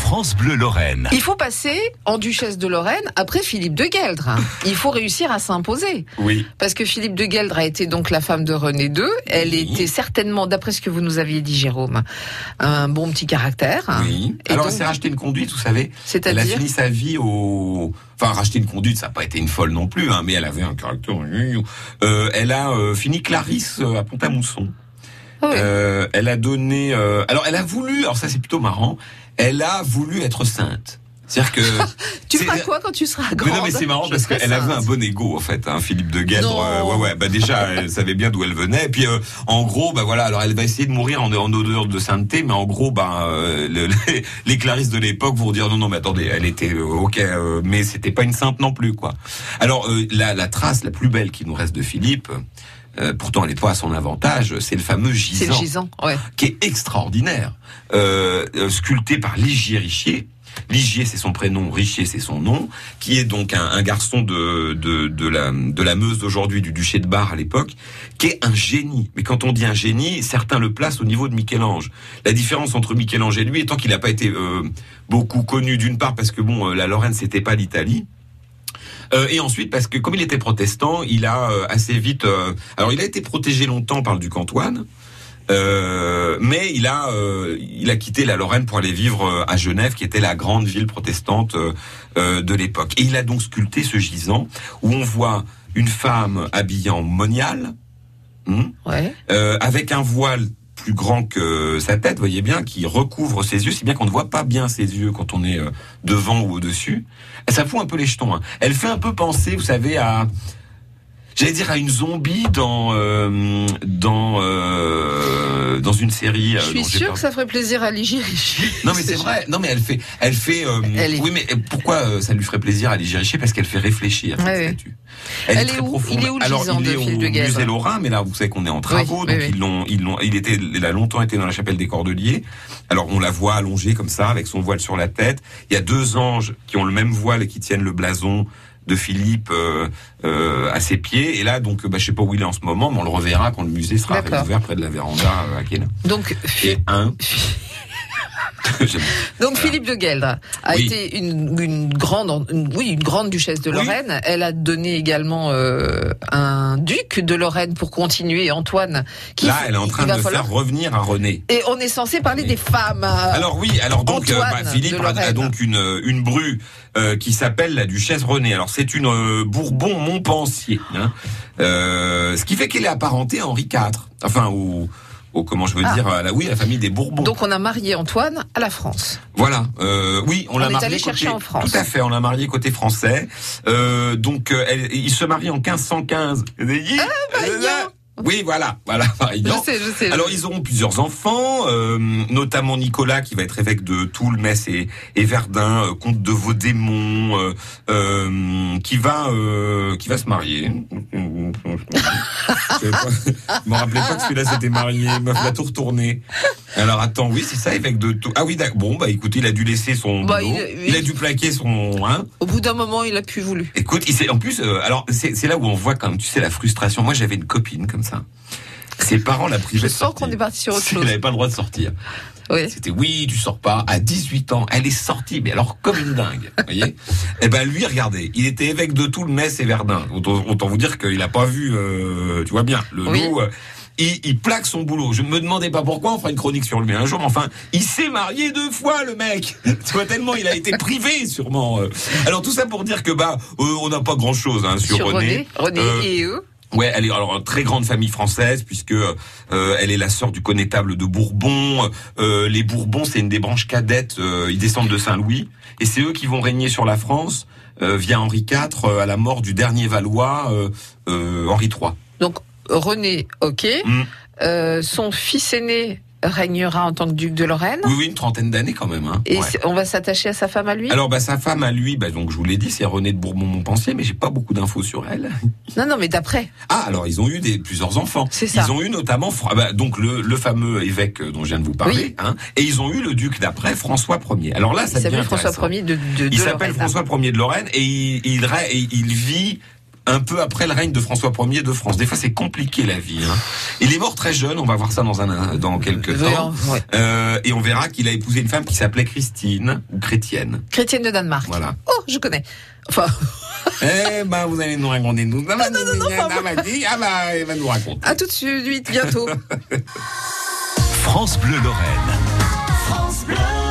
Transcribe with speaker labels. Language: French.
Speaker 1: France Bleu Lorraine.
Speaker 2: Il faut passer en duchesse de Lorraine après Philippe de Gueldre. hein. Il faut réussir à s'imposer.
Speaker 3: Oui.
Speaker 2: Parce que Philippe de Gueldre a été donc la femme de René II. Elle
Speaker 3: Oui.
Speaker 2: était certainement, d'après ce que vous nous aviez dit, Jérôme, un bon petit caractère.
Speaker 3: Oui.
Speaker 2: Ah. Et
Speaker 3: Alors,
Speaker 2: donc-
Speaker 3: elle s'est racheté une conduite, vous savez. Elle a
Speaker 2: C'est-à-dire
Speaker 3: fini sa vie au. Enfin, racheter une conduite, ça n'a pas été une folle non plus, hein, mais elle avait un caractère. Euh, elle a euh, fini Clarisse euh, à Pont-à-Mousson.
Speaker 2: Ah oui.
Speaker 3: Euh, elle a donné. euh, alors, elle a voulu. Alors, ça, c'est plutôt marrant. Elle a voulu être sainte. C'est-à-dire que.
Speaker 2: Tu
Speaker 3: c'est-
Speaker 2: feras quoi quand tu seras
Speaker 3: Mais
Speaker 2: grande
Speaker 3: non, mais c'est marrant
Speaker 2: Je
Speaker 3: parce
Speaker 2: serai
Speaker 3: qu'elle avait un
Speaker 2: sainte.
Speaker 3: bon ego en fait, hein, Philippe de Gueldre.
Speaker 2: Non.
Speaker 3: euh, ouais, ouais. Bah déjà, elle savait bien d'où elle venait. Et puis, euh, en gros, bah voilà. Alors, elle va essayer de mourir en, en odeur de sainteté, mais en gros, bah euh, le- les, les Clarisses de l'époque vont dire non, non, mais attendez, elle était euh, ok, euh, mais c'était pas une sainte non plus, quoi. Alors, euh, la, la trace la plus belle qui nous reste de Philippe. euh, pourtant, elle est pas à son avantage. C'est le fameux
Speaker 2: C'est le
Speaker 3: gisant
Speaker 2: gisant, ouais.
Speaker 3: qui est extraordinaire, euh, euh, sculpté par Ligier Richier. Ligier, c'est son prénom, Richier, c'est son nom, qui est donc un, un garçon de, de, de, la, de la Meuse d'aujourd'hui, du duché de Bar à l'époque, qui est un génie. Mais quand on dit un génie, certains le placent au niveau de Michel-Ange. La différence entre Michel-Ange et lui étant qu'il n'a pas été euh, beaucoup connu, d'une part parce que bon, euh, la Lorraine, c'était pas l'Italie, euh, et ensuite, parce que comme il était protestant, il a euh, assez vite. euh, alors, il a été protégé longtemps par le duc Antoine, euh, mais il a euh, il a quitté la Lorraine pour aller vivre euh, à Genève, qui était la grande ville protestante euh, euh, de l'époque. Et il a donc sculpté ce gisant où on voit une femme habillée en moniale, hein,
Speaker 2: ouais.
Speaker 3: euh, avec un voile plus grand que sa tête, voyez bien, qui recouvre ses yeux, si bien qu'on ne voit pas bien ses yeux quand on est euh, devant ou au-dessus. Ça fout un peu les jetons. hein. Elle fait un peu penser, vous savez, à... J'allais dire à une zombie dans euh, dans euh, dans une série. euh,
Speaker 2: Je suis
Speaker 3: dont j'ai
Speaker 2: sûre
Speaker 3: pas-
Speaker 2: que ça ferait plaisir à Ligier Richier.
Speaker 3: Non mais c'est vrai. Non mais elle fait elle fait. euh,
Speaker 2: Elle est-
Speaker 3: Oui mais pourquoi euh, ça lui ferait plaisir à Ligier Richer parce qu'elle fait réfléchir cette
Speaker 2: Ouais, ouais.
Speaker 3: statue.
Speaker 2: Elle est
Speaker 3: très
Speaker 2: où
Speaker 3: profonde.
Speaker 2: Il est où le
Speaker 3: Alors
Speaker 2: gisant
Speaker 3: il
Speaker 2: de
Speaker 3: est au
Speaker 2: Philippe de Gueldre
Speaker 3: musée Lorrain, mais là vous savez qu'on est en travaux,
Speaker 2: oui,
Speaker 3: donc
Speaker 2: oui.
Speaker 3: ils l'ont, ils l'ont, il était, il a longtemps été dans la chapelle des Cordeliers. Alors on la voit allongée comme ça, avec son voile sur la tête. Il y a deux anges qui ont le même voile et qui tiennent le blason de Philippe euh, euh, à ses pieds. Et là donc, bah, je sais pas où il est en ce moment, mais on le reverra quand le musée sera
Speaker 2: D'accord.
Speaker 3: réouvert près de la véranda euh, à Quénin.
Speaker 2: Donc,
Speaker 3: Et un. J'aime
Speaker 2: Donc Philippe de Gueldre a
Speaker 3: Oui.
Speaker 2: été une, une grande, une- oui, une grande duchesse de
Speaker 3: Oui.
Speaker 2: Lorraine. Elle a donné également euh, un duc de Lorraine pour continuer Antoine. Qui
Speaker 3: Là, elle est en
Speaker 2: il
Speaker 3: train de
Speaker 2: va falloir-
Speaker 3: faire revenir à René.
Speaker 2: Et on est censé parler
Speaker 3: Oui.
Speaker 2: des femmes.
Speaker 3: Alors oui, alors donc euh,
Speaker 2: Antoine
Speaker 3: bah, Philippe
Speaker 2: de
Speaker 3: a,
Speaker 2: Lorraine.
Speaker 3: a donc une euh, une bru euh, qui s'appelle la duchesse Renée. Alors c'est une euh, Bourbon Montpensier, hein. Euh, ce qui fait qu'elle est apparentée à Henri IV. Enfin au, au comment je veux
Speaker 2: Ah.
Speaker 3: dire à la oui à la famille des Bourbons.
Speaker 2: Donc on a marié Antoine à la France.
Speaker 3: Voilà, euh, oui, on,
Speaker 2: On
Speaker 3: l'a
Speaker 2: est
Speaker 3: marié
Speaker 2: allé
Speaker 3: côté,
Speaker 2: chercher en France.
Speaker 3: Tout à fait, on l'a marié côté français. Euh, donc, euh, elle, il se marie en 1515. Euh, oui, voilà, voilà.
Speaker 2: Ah, Je
Speaker 3: Marignan.
Speaker 2: sais, je sais. je
Speaker 3: Alors
Speaker 2: sais.
Speaker 3: ils auront plusieurs enfants, euh, notamment Nicolas qui va être évêque de Toul, Metz et, et Verdun, euh, comte de Vaudémont, euh, euh, qui va euh, qui va se marier. Je savais pas- je me rappelais pas que celui-là s'était marié, meuf l'a tout retourné. Alors attends, oui c'est ça évêque de Toul. Ah oui d'accord. Bon bah écoutez, il a dû laisser son
Speaker 2: Bah,
Speaker 3: boulot.
Speaker 2: il-
Speaker 3: il, a dû plaquer son hein.
Speaker 2: Au bout d'un moment, il a plus voulu.
Speaker 3: Écoute, il s'est- en plus, euh, alors c'est c'est là où on voit quand même, tu sais, la frustration. Moi, j'avais une copine comme ça. Ses parents la privaient.
Speaker 2: Je
Speaker 3: de
Speaker 2: sens
Speaker 3: sortie.
Speaker 2: qu'on est parti sur autre
Speaker 3: Elle
Speaker 2: chose.
Speaker 3: n'avait pas le droit de sortir.
Speaker 2: Oui.
Speaker 3: C'était oui, tu sors pas. À 18 ans, elle est sortie, mais alors comme une dingue. vous voyez Eh ben lui, regardez, il était évêque de Toul, Metz et Verdun. Autant, autant vous dire qu'il a pas vu, euh, tu vois bien, le
Speaker 2: Oui.
Speaker 3: loup. euh, il, il plaque son boulot. Je me demandais pas pourquoi. On fera une chronique sur lui un jour. mais Enfin, il s'est marié deux fois, le mec. Tu vois tellement il a été privé, sûrement. euh. Alors tout ça pour dire que bah, euh, on n'a pas grand chose hein, sur,
Speaker 2: Sur René, René
Speaker 3: Euh,
Speaker 2: et eux.
Speaker 3: Ouais, elle est alors très grande famille française puisque euh, elle est la sœur du connétable de Bourbon. Euh, les Bourbons, c'est une des branches cadettes. euh, ils descendent de Saint-Louis et c'est eux qui vont régner sur la France euh, via Henri IV euh, à la mort du dernier Valois euh, euh, Henri III.
Speaker 2: Donc René, ok.
Speaker 3: Mm.
Speaker 2: Euh, son fils aîné régnera en tant que duc de Lorraine.
Speaker 3: Oui, oui, une trentaine d'années quand même. Hein.
Speaker 2: Et
Speaker 3: Ouais.
Speaker 2: c'est- on va s'attacher à sa femme à lui
Speaker 3: Alors, bah, sa femme à lui, bah, donc je vous l'ai dit, c'est Renée de Bourbon-Montpensier, mais j'ai pas beaucoup d'infos sur elle.
Speaker 2: Non, non, mais d'après.
Speaker 3: Ah, alors ils ont eu des, plusieurs enfants.
Speaker 2: C'est ça.
Speaker 3: Ils ont eu notamment Fra- bah, donc le, le fameux évêque dont je viens de vous parler,
Speaker 2: Oui.
Speaker 3: hein, et ils ont eu le duc d'après François Ier. Alors là, Ah, ça
Speaker 2: Il
Speaker 3: devient
Speaker 2: s'appelle François
Speaker 3: intéressant.
Speaker 2: Ier de, Ah, de, de
Speaker 3: Il s'appelle
Speaker 2: Lorraine.
Speaker 3: François Ier de Lorraine et il, il, ra- et il vit un peu après le règne de François Ier de France. Des fois, c'est compliqué la vie. hein. Il est mort très jeune, on va voir ça dans, un, dans quelques temps.
Speaker 2: Ouais.
Speaker 3: Euh, et on verra qu'il a épousé une femme qui s'appelait Christine, ou chrétienne.
Speaker 2: Chrétienne de Danemark.
Speaker 3: Voilà.
Speaker 2: Oh, je connais. Enfin,
Speaker 3: Eh ben, vous allez nous raconter tout. Ah bah, ah bah, elle va nous raconter.
Speaker 2: à tout de suite, bientôt.
Speaker 1: France Bleu Lorraine.
Speaker 4: France Bleu.